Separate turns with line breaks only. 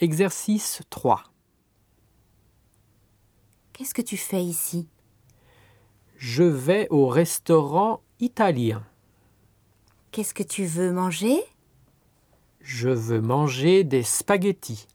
Exercice 3.
Qu'est-ce que tu fais ici
Je vais au restaurant italien.
Qu'est-ce que tu veux manger
Je veux manger des spaghettis.